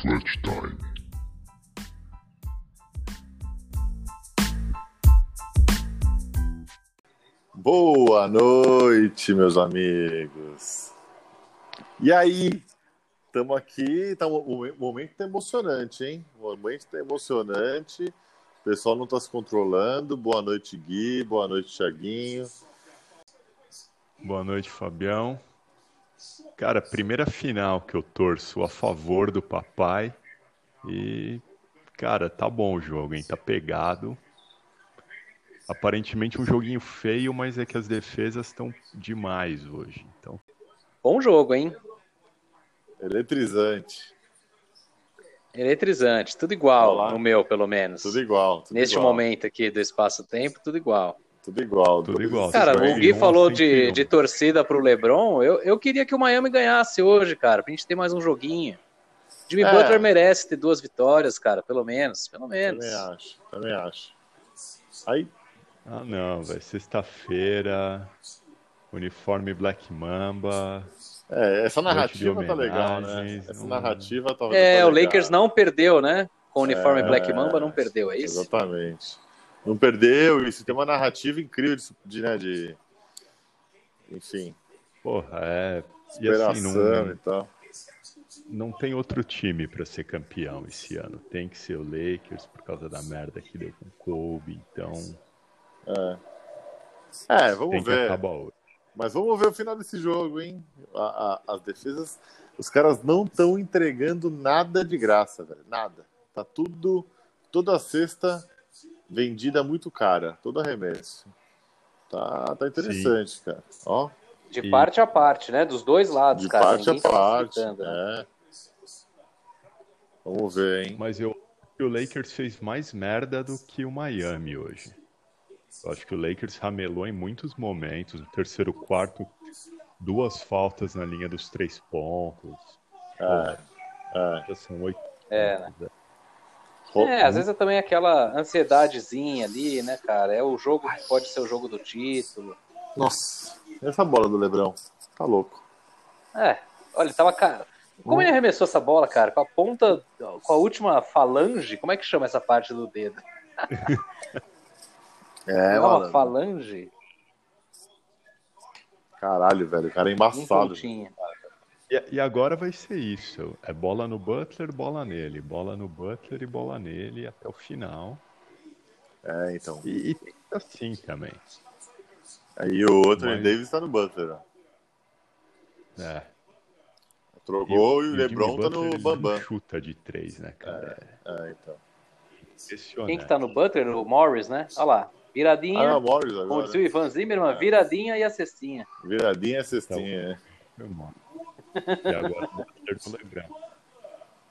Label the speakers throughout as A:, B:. A: Flat Time.
B: Boa noite, meus amigos. E aí? Estamos aqui. Tá um um momento emocionante, hein? O momento tá emocionante. O pessoal não está se controlando. Boa noite, Gui. Boa noite, Thiaguinho.
C: Boa noite, Fabião. Cara, primeira final que eu torço a favor do papai. E, cara, tá bom o jogo, hein? Tá pegado. Aparentemente um joguinho feio, mas é que as defesas estão demais hoje. Então,
D: Bom jogo, hein?
B: Eletrizante.
D: Eletrizante. Tudo igual,
B: Olá.
D: no meu, pelo menos.
B: Tudo igual. Tudo
D: Neste
B: igual,
D: momento aqui do espaço-tempo, tudo igual.
B: Tudo igual.
C: Tudo igual.
D: Cara, o
C: 101
D: Gui
C: a
D: falou de,
C: 101.
D: de torcida pro Lebron. Eu, eu queria que o Miami ganhasse hoje, cara, pra gente ter mais um joguinho. Jimmy
B: É.
D: Butler merece ter duas vitórias, cara, pelo menos, pelo menos.
B: Também acho. Também acho. Aí,
C: Ah, não, velho. Sexta-feira, uniforme Black Mamba.
B: é, essa narrativa
C: Noite
B: tá
C: de
B: legal, né?
C: homenagens, um
B: Essa
C: não-
B: narrativa tá
D: É,
B: tá
D: o
B: legal.
D: Lakers não perdeu, né? Com o uniforme
B: É.
D: Black Mamba, não perdeu, é isso?
B: Exatamente. Não perdeu isso. Tem uma narrativa incrível de, de, né, de- enfim,
C: Porra, é. E assim,
B: superação e,
C: não,
B: tal.
C: não tem outro time pra ser campeão esse ano. Tem que ser o Lakers por causa da merda que deu com o Kobe. Então,
B: É, vamos
C: tem que
B: ver.
C: acabar hoje.
B: Mas vamos ver o final desse jogo, hein? A- a- as defesas, os caras não estão entregando nada de graça, velho. Nada. Tá tudo, toda a cesta vendida muito cara, todo arremesso. Tá, tá interessante, cara. Ó,
D: De
C: E-
D: parte a parte, né? Dos dois lados,
B: de
D: cara.
B: parte a
D: ninguém tá
B: parte.
D: disputando, né?
B: É. Vamos ver, hein?
C: Mas eu acho que o Lakers fez mais merda do que o Miami hoje. Eu acho que o Lakers ramelou em muitos momentos. No terceiro quarto, duas faltas na linha dos três pontos.
B: É, é.
C: Já são oito
D: É,
C: pontos, né?
D: É, às vezes é também aquela ansiedadezinha ali, né, cara? É o jogo que pode ser o jogo do título.
B: Nossa, essa bola do Lebrão. Tá louco.
D: É, olha, ele tava. Cara, como ele arremessou essa bola, cara? Com a ponta, com a última falange? Como é que chama essa parte do dedo?
B: É,
D: é uma
B: mano.
D: falange?
B: Caralho, velho. O cara é
D: Um
B: embaçado.
D: pontinho.
C: E, e agora vai ser isso. É bola no Butler, bola nele. Bola no Butler e bola nele até o final.
B: É, então.
C: E, e tem que ser assim também.
B: Aí o outro
C: Mas-
B: o Davis tá no Butler. ó.
C: né?
B: Trocou e,
C: o-
B: o
C: e Jimmy
B: Lebron tá
C: Butler,
B: no
C: ele
B: Bambam.
C: não Chuta de três, né, cara?
B: É, então.
C: É impressionante.
D: Quem que tá no Butler? O Morris, né? Olha lá.
B: Ah,
D: Viradinha,
B: não, Morris
D: é. como
B: agora.
D: dizia o É. Ivan Zimmerman, viradinha e a cestinha.
B: Viradinha é cestinha, né?
C: Meu irmão. E agora o Butler no Lebron.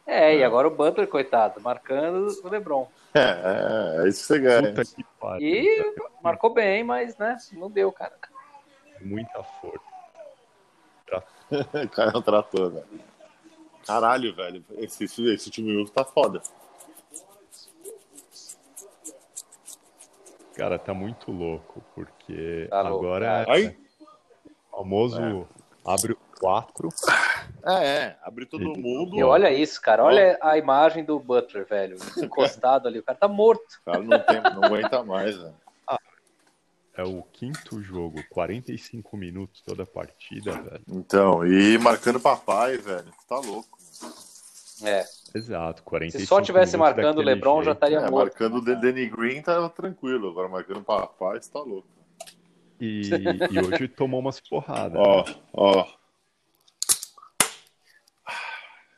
D: É, e agora o Butler, coitado, marcando o Lebron.
B: É, é, é isso que você ganha.
C: Puta que
D: Tá
C: pariu.
D: E
C: cara.
D: marcou bem, mas, né, não deu, cara.
C: Muita força.
B: o cara não tratou, velho. Caralho, velho. Esse, esse, esse time novo tá foda.
C: Cara, tá muito louco, porque
D: Tá louco,
C: agora
D: cara.
C: é
B: Aí,
C: o famoso abre o 4.
B: é, é. Abriu todo mundo.
D: E olha isso, cara. Olha a imagem do Butler, velho. Encostado ali. O cara tá morto.
B: O cara não, tem, não aguenta mais, velho.
C: É o quinto jogo, 45 minutos toda a partida, velho.
B: Então, e marcando papai, velho. Você tá louco.
D: É.
C: Exato, 45
D: Se só tivesse
C: minutos
D: marcando o
C: daquele
D: Lebron, já tá-
C: jeito.
D: estaria
B: É,
D: morto.
B: marcando o Danny Green tá tranquilo. Agora marcando papai, você tá louco.
C: E, e hoje tomou umas porradas.
B: Ó,
C: né?
B: ó.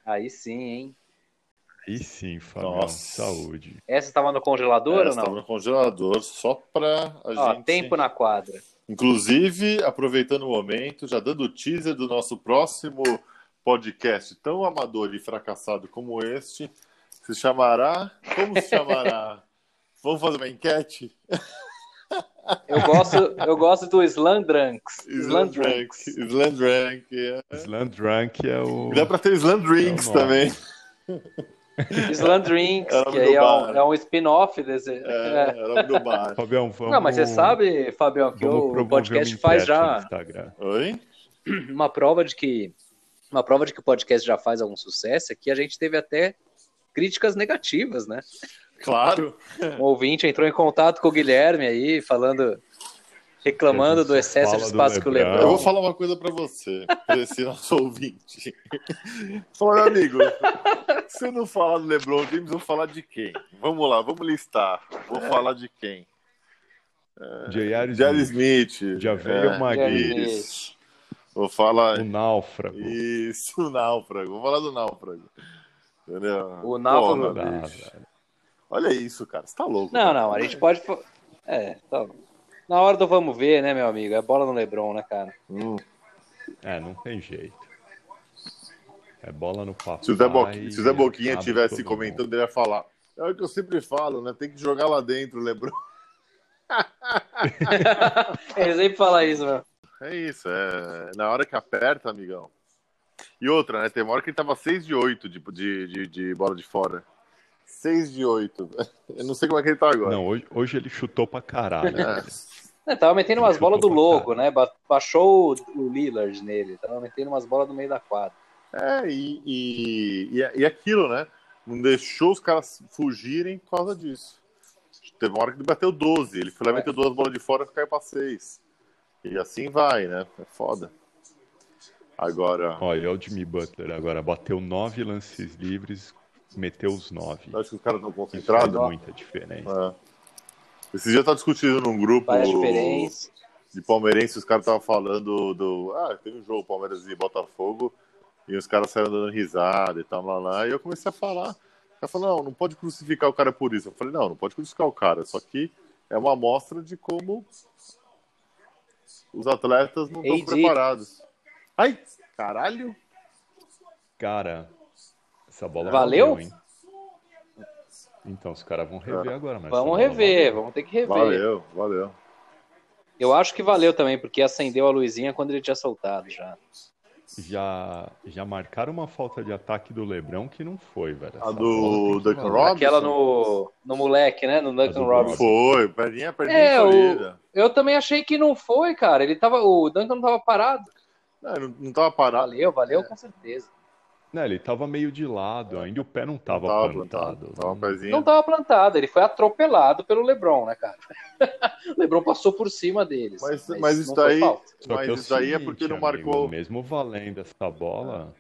D: Aí sim, hein?
C: E sim, Fabião,
B: Nossa.
C: saúde.
D: Essa estava no congelador ou
B: Essa
D: não?
B: tá no congelador só pra a
D: Ó,
B: gente.
D: tempo na quadra.
B: Inclusive, aproveitando o momento, já dando o teaser do nosso próximo podcast tão amador e fracassado como este, se chamará. Como se chamará? Vamos fazer uma enquete?
D: Eu gosto, eu gosto do Slandrunks.
B: Slandrank.
D: Slandrunks.
B: Slandrank. é.
C: Slandrunk é o.
B: Dá pra ter Slandrinks
C: É o nome.
B: também.
D: Slandrunks,
B: É o nome
D: que aí
B: do
D: é um,
B: bar.
D: é um spin-off desse.
B: É,
D: É.
B: é o nome do bar.
C: Fabião, vamos.
D: Não, mas você sabe, Fabião, que
C: vamos promover
D: o
C: uma
D: podcast faz
C: enquete
D: já.
C: no Instagram.
B: Oi?
D: uma prova de que uma prova de que o podcast já faz algum sucesso é que a gente teve até críticas negativas, né?
B: Claro.
D: Um ouvinte entrou em contato com o Guilherme aí, falando, reclamando do excesso
C: fala
D: de
C: do
D: espaço que o
C: Lebrão.
B: Eu
D: Lebron.
B: vou falar uma coisa pra você, pra esse nosso ouvinte. Fala, meu amigo, se eu não falar do LeBron James, eu vou falar de quem? Vamos lá, vamos listar. Vou falar de quem?
C: J.R.
B: Jerry
C: Smith,
B: Smith.
C: Já veio
B: É,
C: uma
D: Jerry
C: guia,
D: Smith.
B: isso. Vou falar
C: o náufrago.
B: isso, o náufrago. Vou falar do náufrago. Entendeu?
D: O náufrago-
B: Porra,
C: Ah,
B: bicho. Olha isso, cara. Você tá louco.
D: Não,
B: cara.
D: não, a gente pode. fa- É, tá. Na hora do vamos ver, né, meu amigo? É bola no Lebron, né, cara?
B: Hum,
C: É, não tem jeito. É bola no papo.
B: se o Zé, Boqui- se o Zé Boquinha estivesse comentando, ele ia falar. É o que eu sempre falo, né? Tem que jogar lá dentro, Lebron.
D: Ele É, sempre fala isso, meu.
B: É isso, é. Na hora que aperta, amigão. E outra, né? Tem uma hora que ele tava 6 de 8 de, de, de, de bola de fora. 6 de 8. Eu não sei como é que ele tá agora.
C: Não, hoje, hoje ele chutou pra caralho.
B: É.
D: É, tava metendo umas
C: Ele
D: bolas do
C: chutou pra
D: louco, né? Ba- Baixou o, o Lillard nele. Tava metendo umas bolas do meio da quadra.
B: É, e, e, e, e aquilo, né? Não deixou os caras fugirem por causa disso. Teve uma hora que ele bateu 12. Ele foi lá, meteu duas bolas de fora e caiu pra 6. E assim vai, né? É foda. Agora,
C: Olha, é o Jimmy Butler agora bateu nove lances livres, meteu os nove.
B: acho que os caras estão
C: Isso faz
B: concentrados.
C: muita diferença.
B: É. Esse dia eu tava discutindo num grupo
D: Várias diferenças.
B: de palmeirense, os caras estavam falando do. Ah, teve um jogo Palmeiras e Botafogo, e os caras saíram dando risada e tal, lá, lá. E eu comecei a falar. O cara falou, não, não pode crucificar o cara por isso. Eu falei, não, não pode crucificar o cara. Só que é uma amostra de como os atletas não estão
D: AD.
B: preparados. Ai, caralho!
C: Cara, essa bola
D: Valeu?
C: hein? Então, os caras vão rever
B: É.
C: agora. Mas
D: Vamos
C: essa bola
D: rever,
C: valeu.
D: vamos ter que rever.
B: Valeu, valeu.
D: Eu acho que valeu também, porque acendeu a luzinha quando ele tinha soltado já.
C: Já, já marcaram uma falta de ataque do Lebrão que não foi, velho.
B: A
C: Essa bola
B: do
C: tem que
B: Duncan
C: valer.
B: Robinson.
D: Aquela no, no moleque, né? No Duncan
C: do
D: Robinson.
B: Foi, perninha, perninha
D: É, o-
B: colhida.
D: Eu também achei que não foi, cara. Ele tava, o Duncan não tava parado.
B: Tá. Não, É, não, não tava parado.
D: Valeu, valeu,
B: É.
D: com certeza.
C: Não, ele tava meio de lado, ainda o pé não tava,
B: Tava
C: plantado. né?
B: plantado. Tava pezinho.
D: Não tava plantado, ele foi atropelado pelo Lebron, né, cara? o Lebron passou por cima deles.
B: Mas, mas isso
D: não foi
B: daí,
D: falta.
C: Só que
B: mas
C: é o
B: isso daí é
C: seguinte,
B: porque não
C: amigo,
B: marcou.
C: mesmo valendo essa bola,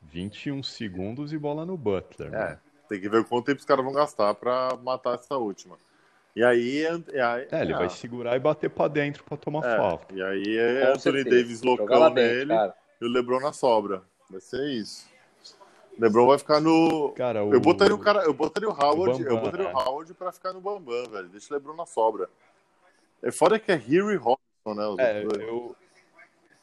C: 21 segundos e bola no Butler.
B: É,
C: né?
B: tem que ver quanto tempo os caras vão gastar pra matar essa última. E aí. É, aí-
C: É, ele
B: ah,
C: vai segurar e bater pra dentro pra tomar
B: é,
C: falta.
B: E aí é
D: Com
B: Anthony
D: certeza.
B: Davis
D: Jogar lá
B: loucão
D: dentro,
B: nele
D: cara.
B: e o Lebron na sobra. Vai ser isso. O Lebron vai ficar no.
C: Cara, o...
B: Eu botaria o cara. Eu botaria o Howard.
C: Bambam,
B: eu botaria
C: né?
B: o Howard pra ficar no Bambam, velho. Deixa o Lebron na sobra. É foda que é Hero e Robinson, né? os
C: É,
B: dois.
C: eu,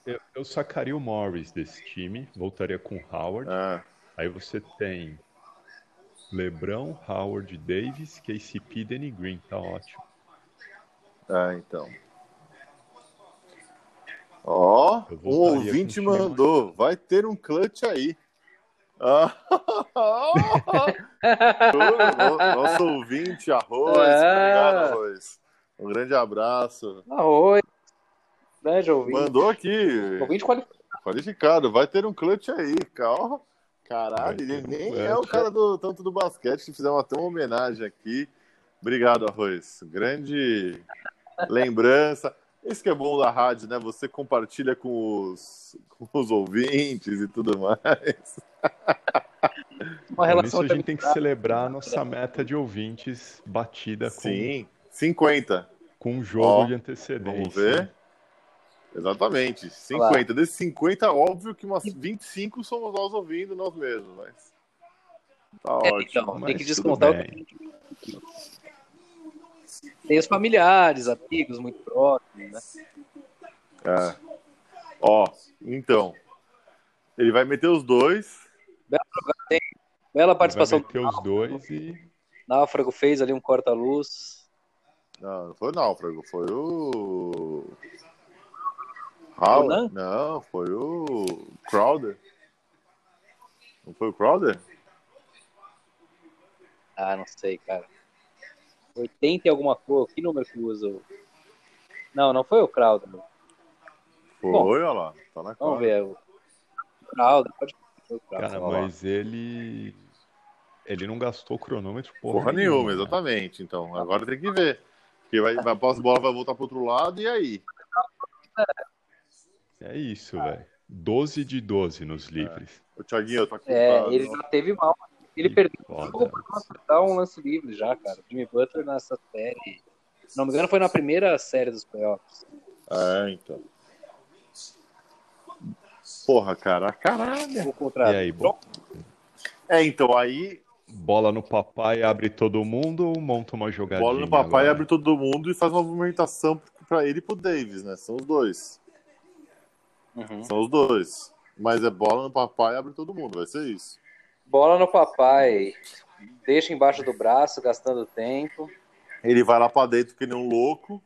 C: eu, eu sacaria o Morris desse time, voltaria com o Howard.
B: É,
C: Aí você tem Lebrão, Howard, Davis, KCP, Danny Green, tá ótimo.
B: é, então. Ó,
C: Eu
B: um
C: voltaria
B: ouvinte
C: com o time.
B: mandou. Vai ter um clutch aí. Ah, nosso ouvinte, Arroz.
D: É.
B: Obrigado, Arroz. Um grande abraço.
D: Arroz. Grande ouvinte.
B: Mandou aqui.
D: Ouvinte qualificado.
B: Qualificado. Vai ter um clutch aí, calma.
C: Vai
B: Caralho,
C: ter
B: ele
C: um
B: nem
C: clutch.
B: é o cara do tanto do basquete. que Fizemos até uma homenagem aqui. Obrigado, Arroz. Grande lembrança. Isso que é bom da rádio, né? Você compartilha com os, com os ouvintes e tudo mais.
D: Uma
C: Por
D: relação
C: isso a gente tem que celebrar a nossa meta de ouvintes batida com,
B: Sim, 50.
C: com um jogo
B: Ó,
C: de antecedência.
B: Vamos ver. Exatamente.
D: Olha lá.
B: 50. Desses 50, óbvio que umas 25 somos nós ouvindo nós mesmos, mas. Tá
D: É,
B: ótimo.
D: então, tem
C: mas
D: que
C: tudo
D: descontar. o que
C: bem.
D: Tem os familiares, amigos muito próximos, né?
B: É. Ó, então. Ele vai meter os dois.
D: Bela
C: Participação
D: participação
C: vai meter os dois e
D: do Náufrago, fez ali um corta-luz.
B: Não, não foi o Náufrago, foi o.
D: Conan?
B: Howard? Não, foi o Crowder. Não foi o Crowder?
D: Ah, não sei, cara. 80 e alguma coisa. Que número que usa? o- Não, não foi o Crowder. mano.
B: Foi,
D: Bom.
B: olha lá. Tá na
D: Vamos
B: cara.
D: ver. O Crowder, pode ser o Crowder.
C: cara,
D: vamos lá.
C: mas ele Ele não gastou cronômetro porra,
B: Porra nenhuma,
C: né?
B: exatamente. Então, agora tem que ver. Porque vai, vai, a bola vai voltar pro outro lado e aí?
C: É isso, velho. 12 de 12
B: É.
C: nos livres.
B: O Thiaguinho, eu tô aqui.
D: É,
B: tá,
D: ele já teve mal. Ele perdeu
C: Foda. né?
D: cinco pra não acertar um lance livre já, cara. Jimmy Butler nessa série. Se não me engano, foi na primeira série dos playoffs.
B: É, então. Porra, cara, caralho.
D: O contrato.
C: E aí, bo-
B: É, então, aí
C: bola no papai, abre todo mundo ou monta uma jogadinha?
B: bola no papai,
C: agora?
B: abre todo mundo e faz uma movimentação pra ele e pro Davis, né? São os dois.
D: Uhum.
B: São os dois. Mas é bola no papai, abre todo mundo. Vai ser isso.
D: Bola no papai. Deixa embaixo do braço, gastando tempo.
B: Ele vai lá pra dentro que nem um louco.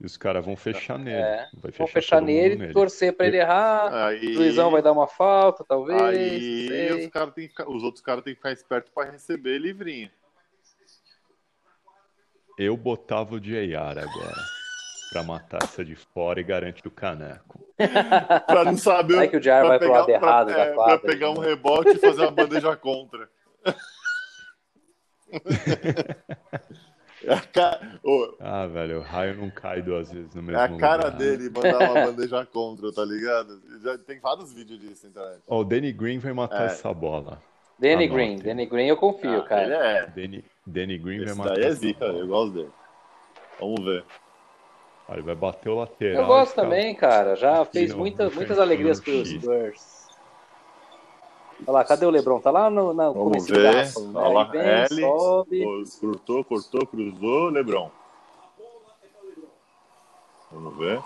C: E os caras vão fechar nele.
D: É.
C: Vai
D: Vão fechar
C: todo
D: nele,
C: mundo
D: torcer pra ele errar.
B: Aí,
D: O Luizão vai dar uma falta, talvez. não
B: aí
D: sei.
B: os, cara tem que ficar- os outros caras têm que ficar espertos pra receber livrinho.
C: Eu botava o J.R. agora. Pra matar essa de fora e garante o caneco.
B: Pra não saber.
D: Vai que o Jar
B: pra
D: vai pro
B: pegar-
D: lado errado
B: pra,
D: da
B: é,
D: quadra.
B: pra pegar um rebote e fazer uma bandeja contra. É a ca- ô,
C: Ah, velho, o raio não cai duas vezes no
B: é
C: mesmo
B: a cara
C: lugar, né?
B: dele mandar uma bandeja contra, tá ligado? Já tem vários vídeos disso na internet.
C: Ó, o Danny Green vai matar
B: É.
C: essa bola.
D: Danny
C: Anotem.
D: Green. Danny Green eu confio,
B: Ah,
D: cara.
B: Ele é.
C: Danny, Danny Green vai
B: Esse
C: matar
B: daí é
C: essa
B: zica,
C: bola.
B: eu gosto dele. Vamos ver.
C: Olha, ele vai bater o lateral.
D: Eu gosto
C: esse cara-
D: também, cara. Já
C: Aqui
D: fez
C: não,
D: muita-
C: não
D: muitas
C: fez
D: alegrias pro
C: X.
D: Spurs. Olha lá, cadê o Lebron? Tá lá no, na
B: Vamos
D: começo
B: ver.
D: garrafão,
B: Olha lá,
D: Aí né? vem,
B: L.
D: sobe.
B: Cortou, cortou, cruzou, Lebron. Vamos ver.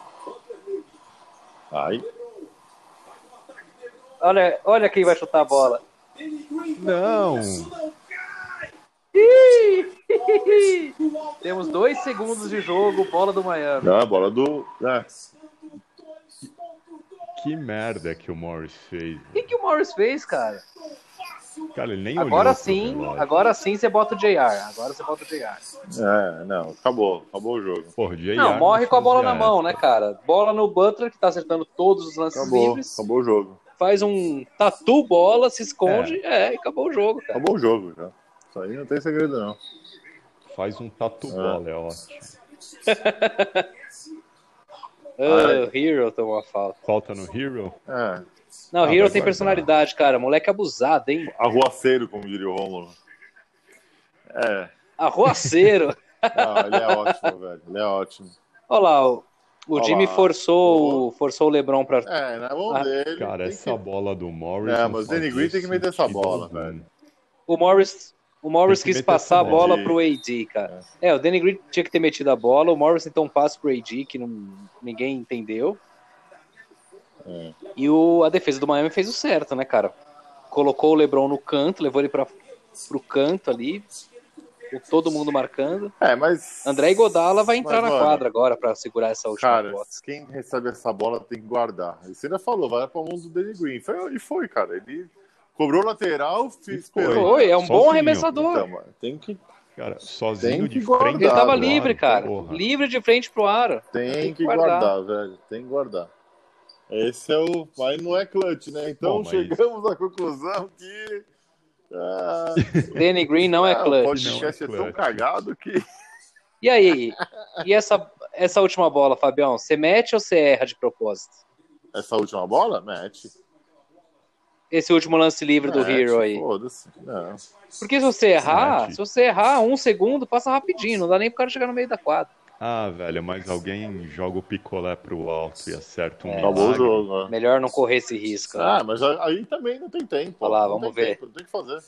B: Ai.
D: Olha, olha quem vai chutar a bola.
C: Não!
D: Temos dois segundos de jogo, bola do Miami.
B: Ah, a bola do. É.
C: Que merda que o Morris fez.
D: O que, que o Morris fez, cara?
C: Cara, ele nem
D: Agora
C: olhou pro
D: sim,
C: relógio.
D: agora sim você bota o JR. Agora você bota o JR.
B: É, não, acabou, acabou o jogo.
C: Porra, o J.R.
D: Não, morre com a bola na
C: fazia
D: mão,
C: essa.
D: né, cara? Bola no Butler, que tá acertando todos os lances
B: Acabou,
D: livres.
B: acabou o jogo.
D: Faz um tatu bola, se esconde, é, e acabou o jogo, cara.
B: Acabou o jogo já. Isso aí não tem segredo, não.
C: Faz um tatu bola, é ótimo.
D: Ah, o Hero tomou a falta.
C: Falta no Hero.
B: É.
D: Não, o
C: Ah, vai
D: Hero tem
C: guardar.
D: personalidade, cara. Moleque abusado, hein?
B: Arruaceiro, como diria o Romulo. É.
D: Arroaceiro.
B: Não, ele é ótimo, velho. Ele é ótimo.
D: Olha lá, o, o
B: Olha
D: Jimmy
B: lá.
D: forçou, o- forçou o Lebron pra.
B: É, na mão
D: Ah,
B: dele.
C: Cara,
B: tem
C: essa
B: que...
C: bola do Morris. um
B: É,
C: não
B: mas o
C: fazia
B: Danny Green tem que meter essa
C: sentido
B: bola,
C: algum.
B: velho.
D: O Morris, o Morris
C: Tem que
D: quis
C: meter essa
D: passar a bola
B: bola.
D: pro AD, cara. É, o Danny Green tinha que ter metido a bola, o Morris então passa pro AD, que não, ninguém entendeu.
B: É.
D: E o, a defesa do Miami fez o certo, né, cara? Colocou o Lebron no canto, levou ele pra, pro canto ali, com todo mundo marcando.
B: É, mas.
D: André Godala vai entrar
B: Mas,
D: na
B: mano,
D: quadra agora pra segurar essa última
B: Cara,
D: bola.
B: quem recebe essa bola tem que guardar. E Você ainda falou, vai pra mão do Danny Green. Foi, e foi, cara. Ele cobrou o lateral,
C: E
B: fez
C: foi.
B: pegou.
D: Oi, é um bom
C: Sozinho.
D: arremessador.
B: Então, mano, tem que,
C: Cara, sozinho
B: Tem que
C: de
B: guardar,
C: frente.
D: ele tava
B: Claro,
D: livre, cara.
C: né? Porra.
D: Livre de frente pro aro.
B: tem
D: Tem que
B: que guardar. velho. Tem que guardar. Esse é o. Mas não é clutch, né? Então
C: Bom, mas-
B: chegamos à conclusão que. Ah,
D: Danny Green não é
B: ah, O
D: clutch.
B: podcast
C: Não
B: é
C: é
B: tão
C: clutch.
B: cagado que.
D: E aí? E essa, essa última bola, Fabião? Você mete ou você erra de propósito?
B: Essa última bola? Mete.
D: Esse último lance livre do
B: Mete,
D: Hero aí.
B: Foda-se. É, Não.
D: Porque se você errar,
C: Mete.
D: se você errar um segundo, passa rapidinho. Não dá nem pro cara chegar no meio da quadra.
C: Ah, velho, mas alguém joga o picolé pro alto e acerta um
D: É.
B: Acabou o
C: milagre.
B: jogo. né?
D: Melhor não correr esse risco. né?
B: Ah, mas aí também não tem tempo.
D: Olha lá,
B: Não tem
D: vamos ver.
B: tempo, não tem o que fazer.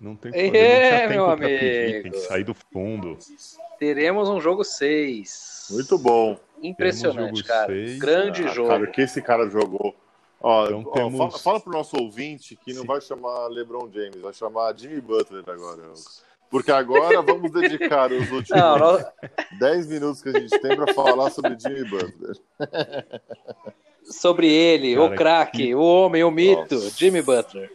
C: Não tem o que fazer, não tinha
D: É,
C: tempo
D: meu
C: pra pedir, tem
D: amigo.
C: que sair do fundo.
D: Teremos um jogo 6.
B: Muito bom.
D: Impressionante,
C: jogo
D: cara.
C: seis.
D: Grande
B: Ah,
D: jogo.
B: Cara, o que esse cara jogou. Ó,
C: Então
B: ó,
C: temos-
B: fala, fala pro nosso ouvinte que não
C: Sim.
B: vai chamar LeBron James, vai chamar Jimmy Butler agora. Porque agora vamos dedicar os últimos
D: Não, nós-
B: 10 minutos que a gente tem pra falar sobre Jimmy Butler.
D: sobre ele,
C: Cara,
D: o craque, o homem, o mito, Jimmy Butler.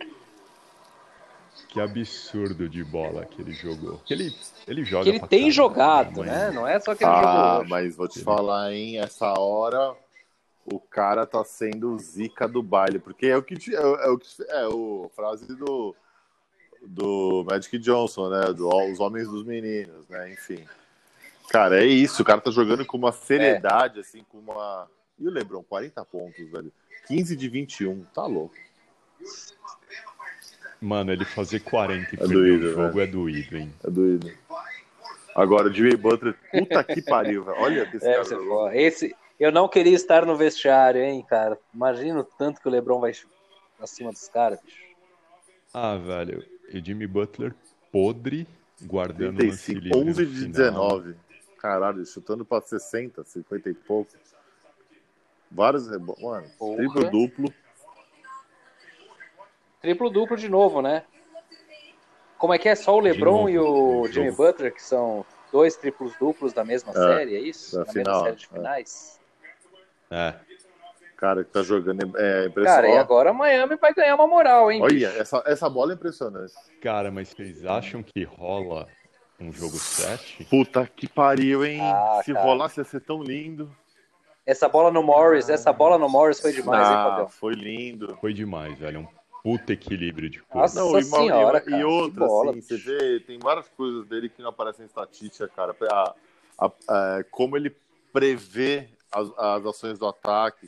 C: Que absurdo de bola que ele jogou. Que ele, ele joga
D: Que ele
C: pra
D: tem
C: caralho,
D: jogado,
C: mas
D: É né? Não é só que ele jogou.
B: Ah,
D: hoje.
B: mas vou te falar, hein? Essa hora o cara tá sendo o zica do baile, porque é o que é, o- é o que é o frase do do Magic Johnson, né, do Os Homens dos Meninos, né, enfim. Cara, é isso, o cara tá jogando com uma seriedade assim, com uma E o LeBron 40 pontos, velho. 15 de 21, tá louco.
C: Mano, ele fazer 40 e
B: É
C: perder
B: doído,
C: o jogo é doído, hein?
B: É doido. Agora, o Jimmy Butler, puta que pariu, velho. Olha esse
D: É,
B: cara.
D: você
B: jogou.
D: falou, esse, eu não queria estar no vestiário, hein, cara. Imagina o tanto que o Lebron vai acima dos caras, bicho.
C: Ah, velho, e Jimmy Butler podre, guardando o lance
B: 35,
C: livre um no
B: 11 de
C: final.
B: 19. Caralho, chutando pra 60, 50 e pouco. Vários rebotes. Mano,
D: Porra.
B: triplo duplo.
D: Triplo duplo de novo, né? Como é que é? Só o LeBron
C: novo,
D: e o
C: de
D: Jimmy
C: novo.
D: Butler, que são dois triplos duplos da mesma série, é isso?
B: da
D: Da
B: final,
D: mesma série de
B: é.
D: finais.
C: É,
B: Cara, que tá jogando. É
D: Cara, e
B: impressionante.
D: agora Miami vai ganhar uma moral, hein?
B: Olha, essa, essa bola é impressionante.
C: cara, mas vocês acham que rola um jogo 7?
B: Puta que pariu, hein?
D: Ah,
B: Se
D: cara.
B: rolasse ia ser tão lindo.
D: Essa bola no Morris, essa bola no Morris foi demais, hein,
B: ah,
D: Fabião?
B: foi lindo.
C: Foi demais, velho, é um puta equilíbrio de
D: Nossa.
C: coisa.
B: e, mal- e-
D: senhora,
B: e
D: cara, que
B: outra,
D: bola,
B: assim, você
D: bicho.
B: vê, tem várias coisas dele que não aparecem em estatística, cara. A- a- a- é, como ele prevê as, as ações do ataque,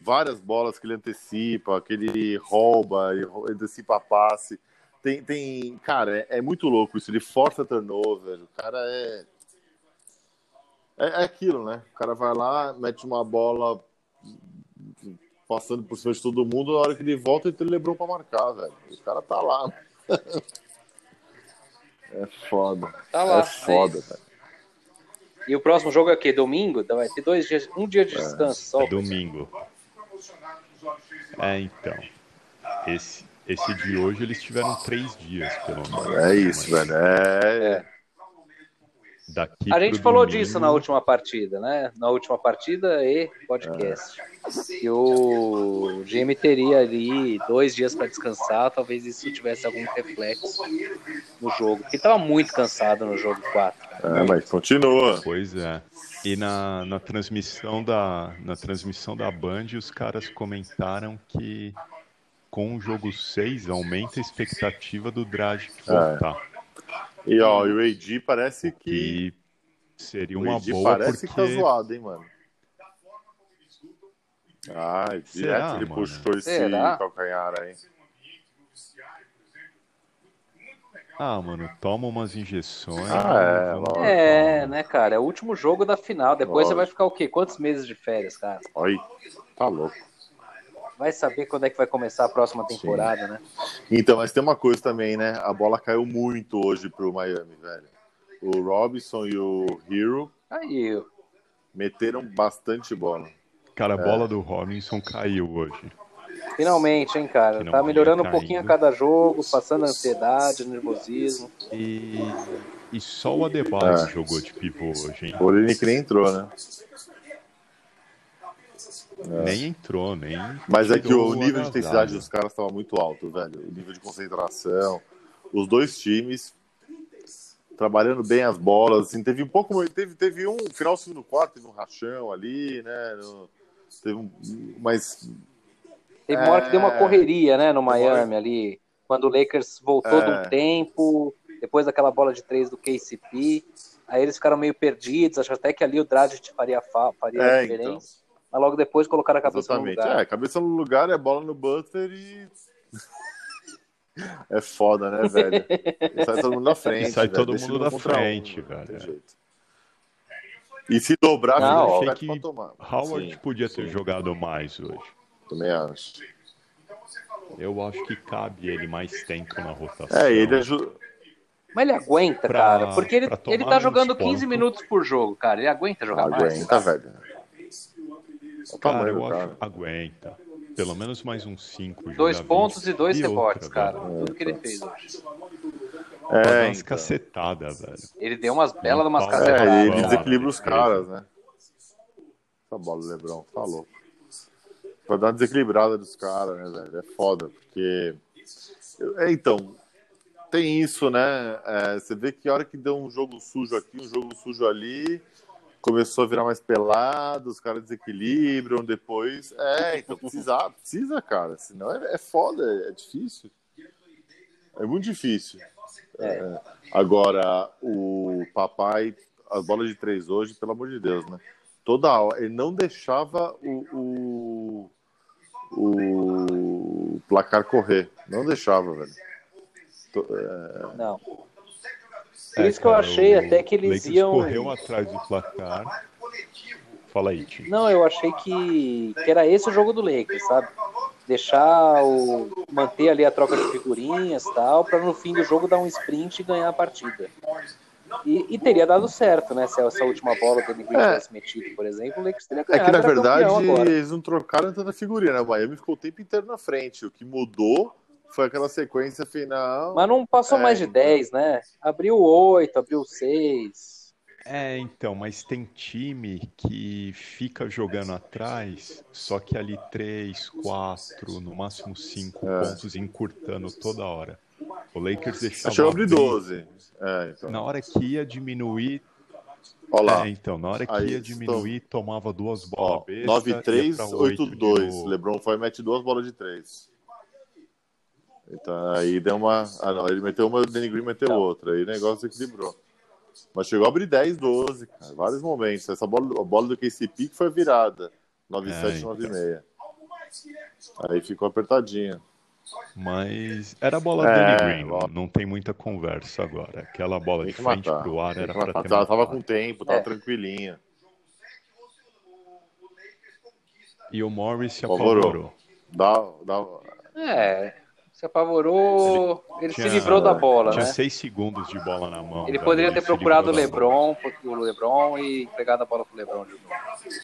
B: várias bolas que ele antecipa, que ele rouba, ele rou- antecipa passe. Tem, tem cara, é, é muito louco isso. Ele força turnover. O cara é, é. É aquilo, né? O cara vai lá, mete uma bola passando por cima de todo mundo. Na hora que ele volta, então ele tem o Lebron pra marcar, velho. O cara tá lá. É foda.
D: Tá lá.
B: é foda,
D: é isso.
B: velho.
D: E o próximo jogo é o quê? Domingo? Então Vai ter dois dias, um dia de descanso só.
C: É domingo. É, então. Esse, esse de hoje eles tiveram três dias, pelo menos. né?
B: É isso,
C: Mas
B: velho. É.
D: É.
C: Daqui
D: A gente
C: pro
D: falou
C: domingo-
D: disso na última partida, né? Na última partida e podcast. Que o Jimmy teria ali dois dias para descansar, talvez isso tivesse algum reflexo no jogo. Porque tava muito cansado no jogo 4.
B: É, mas continua.
C: Pois é. E na, na transmissão da na transmissão da Band, os caras comentaram que com o jogo 6 aumenta a expectativa do Dragic
B: É.
C: voltar.
B: E ó, e o AD parece que.
C: Que seria
B: o
C: uma
B: AD
C: boa
B: parece
C: porque
B: que tá zoado, hein, mano. Ai, direto
C: Será,
B: ele
C: mano?
B: puxou esse
D: Será?
B: calcanhar aí.
C: ah, mano, toma umas injeções.
B: Ah, é,
C: vamos-
B: lógico.
D: É, né, cara? É o último jogo da final. Depois você vai
B: Lógico.
D: ficar o quê? Quantos meses de férias, cara?
B: Olha, tá louco.
D: Vai saber quando é que vai começar a próxima temporada, né?
B: Então, mas tem uma coisa também, né? A bola caiu muito hoje pro Miami, velho. O Robinson e o Hero
D: Aí,
B: meteram bastante bola.
C: Cara,
B: É.
C: a bola do Robinson caiu hoje.
D: finalmente, hein, cara? Tá
C: Finalmente,
D: melhorando um
C: tá
D: pouquinho a
C: indo.
D: cada jogo, passando ansiedade, nervosismo.
C: E, e só o Adebayo
B: É.
C: jogou de pivô hoje, hein?
B: O Olinick nem entrou, né?
C: Nem entrou, nem.
B: É. Mas é que
C: tirou
B: o nível de intensidade
C: agasalho.
B: dos caras estava muito alto, velho. O nível de concentração. Os dois times trabalhando bem as bolas. Assim, teve um pouco. Teve, teve um final do segundo quarto, teve um rachão ali, né? No- teve um, mas
D: Teve uma hora que deu uma
B: É.
D: correria, né, no Miami ali, quando o Lakers voltou de
B: É.
D: um tempo, depois daquela bola de três do KCP, aí eles ficaram meio perdidos, acho até que ali o Dragic faria, fa- faria
B: É,
D: a diferença, mas logo depois colocaram a cabeça
B: Exatamente.
D: no lugar.
B: É, cabeça no lugar, é bola no Butler e. é foda, né, velho? E sai todo mundo na frente.
C: E sai
B: velho.
C: todo
B: Deixa
C: mundo
B: um
C: da
B: contra um,
C: frente,
B: não tem
C: velho. é.
B: jeito. E se dobrar,
D: Não,
B: fica
D: ó,
B: direto
C: achei
B: pra
C: que
B: tomar.
C: Howard
B: Sim,
C: podia ter
B: sim,
C: jogado mais hoje.
B: Também acho.
C: Eu acho que cabe ele mais tempo na rotação.
B: É, ele ajuda. é.
D: Mas ele aguenta,
C: Pra-
D: cara, porque ele,
C: pra tomar um
D: ele tá
C: uns
D: jogando 15
C: pontos.
D: minutos por jogo, cara, ele aguenta jogar mais.
B: Aguenta, velho. O
C: Cara,
B: tamanho
C: eu
B: do
C: acho
B: cara.
C: que aguenta. Pelo menos mais uns 5
D: Dois pontos e dois rebotes, cara,
C: Velho.
D: tudo que ele fez hoje.
C: Dá
B: É,
C: umas
B: então.
C: cacetadas, velho.
D: Ele deu umas belas de umas
C: É,
B: é, ele
D: casas.
B: desequilibra os
C: Beleza.
B: caras, né? Essa bola, do Lebron, tá louco. Pra dar uma desequilibrada dos caras, né, velho? É foda, porque. É, então, tem isso, né? É, você vê que a hora que deu um jogo sujo aqui, um jogo sujo ali, começou a virar mais pelado, os caras desequilibram depois. É, então precisa, precisa, cara. Senão é, é foda, é difícil. É muito difícil. É, agora, o papai, as bolas de três hoje, pelo amor de Deus, né? Toda aula, ele não deixava o, o, o placar correr. Não deixava, velho. To- é,
D: Não. Por
C: É,
D: isso que eu
C: cara,
D: achei
C: o
D: até que eles
C: Lakers
D: iam.
C: correu atrás do placar. Fala aí, Tim.
D: Não, eu achei que, que era esse o jogo do Lakers, sabe? Deixar o. manter ali a troca de figurinhas e tal, pra no fim do jogo dar um sprint e ganhar a partida. E, e teria dado certo, né? Se essa última bola do Green
B: É.
D: tivesse metido, por exemplo, o Lakers teria
B: É
D: ganhado.
B: que na
D: era campeão
B: verdade
D: agora.
B: eles não trocaram tanta figurinha, né? O Miami ficou o tempo inteiro na frente. O que mudou foi aquela sequência final.
D: Mas não passou
B: É,
D: mais de
B: então.
D: 10, né? Abriu 8, abriu 6.
C: É, então, mas tem time que fica jogando atrás, só que ali três, quatro, no máximo cinco
B: É.
C: pontos, encurtando toda hora. O Lakers deixava
B: Chegou a abrir
C: abrir.
B: 12. É, então.
C: Na hora que ia diminuir,
B: Olha lá.
C: é, então, na hora que
B: Aí,
C: ia diminuir, tomava duas
B: Ó,
C: bolas. besta, ia
B: 9-3,
C: é pra oito de
B: 8-2.
C: novo.
B: LeBron foi e mete duas bolas de três. Então aí deu uma. Ah, não, ele meteu uma, o Danny Green meteu outra. Aí o negócio equilibrou. Mas chegou a abrir 10, 12, cara. Vários momentos. Essa bola, a bola do KCP que foi virada. 9-7,
C: É, então.
B: 9-6. Aí ficou apertadinha.
C: Mas era a bola
B: É,
C: do Danny Green,
B: bola-
C: não tem muita conversa agora. Aquela bola
B: Tem
C: de
B: que
C: frente
B: matar.
C: pro ar
B: Tem
C: era
B: que
C: pra
B: matar.
C: ter
B: Ela tava
C: matado.
B: com tempo, tava
D: É.
B: tranquilinha.
C: E o Morris se
B: Apavorou.
C: apavorou.
B: Dá, dá...
D: É, se apavorou. Ele se
C: Tinha-
D: livrou da bola,
C: Tinha
D: né?
C: seis segundos de bola na mão.
D: Ele
C: velho,
D: poderia ter
C: se
D: procurado o
C: livrou da bola.
D: Lebron, o Lebron e entregado a bola pro Lebron de novo.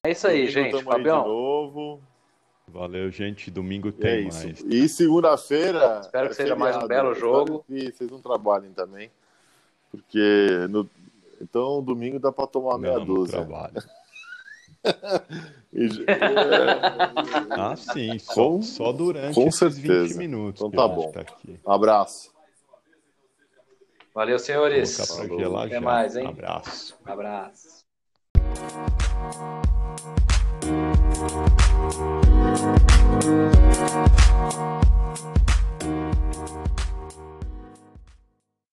D: É isso aí, gente.
B: Tamo aí De
D: Fabião,
B: novo.
C: Valeu, gente. Domingo
B: E é
C: tem
B: isso.
C: mais. tá.
B: E segunda-feira.
D: Espero que
B: é
D: seja mais um
B: feriado.
D: belo
B: Eu
D: jogo.
B: espero que vocês não trabalhem também. Porque. no- Então, domingo dá pra tomar meia
C: Não, no
B: dúzia.
C: trabalho.
B: E- é.
C: Ah, sim. Só,
B: Com-
C: só durante
B: com
C: esses
B: certeza.
C: 20 minutos.
B: Então
C: que
B: tá
C: a gente
B: bom.
C: aqui.
B: Abraço.
D: valeu,
C: Vou
D: senhores.
C: colocar pra
B: Falou.
C: gelar
D: Até
C: já.
D: mais, hein?
C: Abraço.
D: Abraço.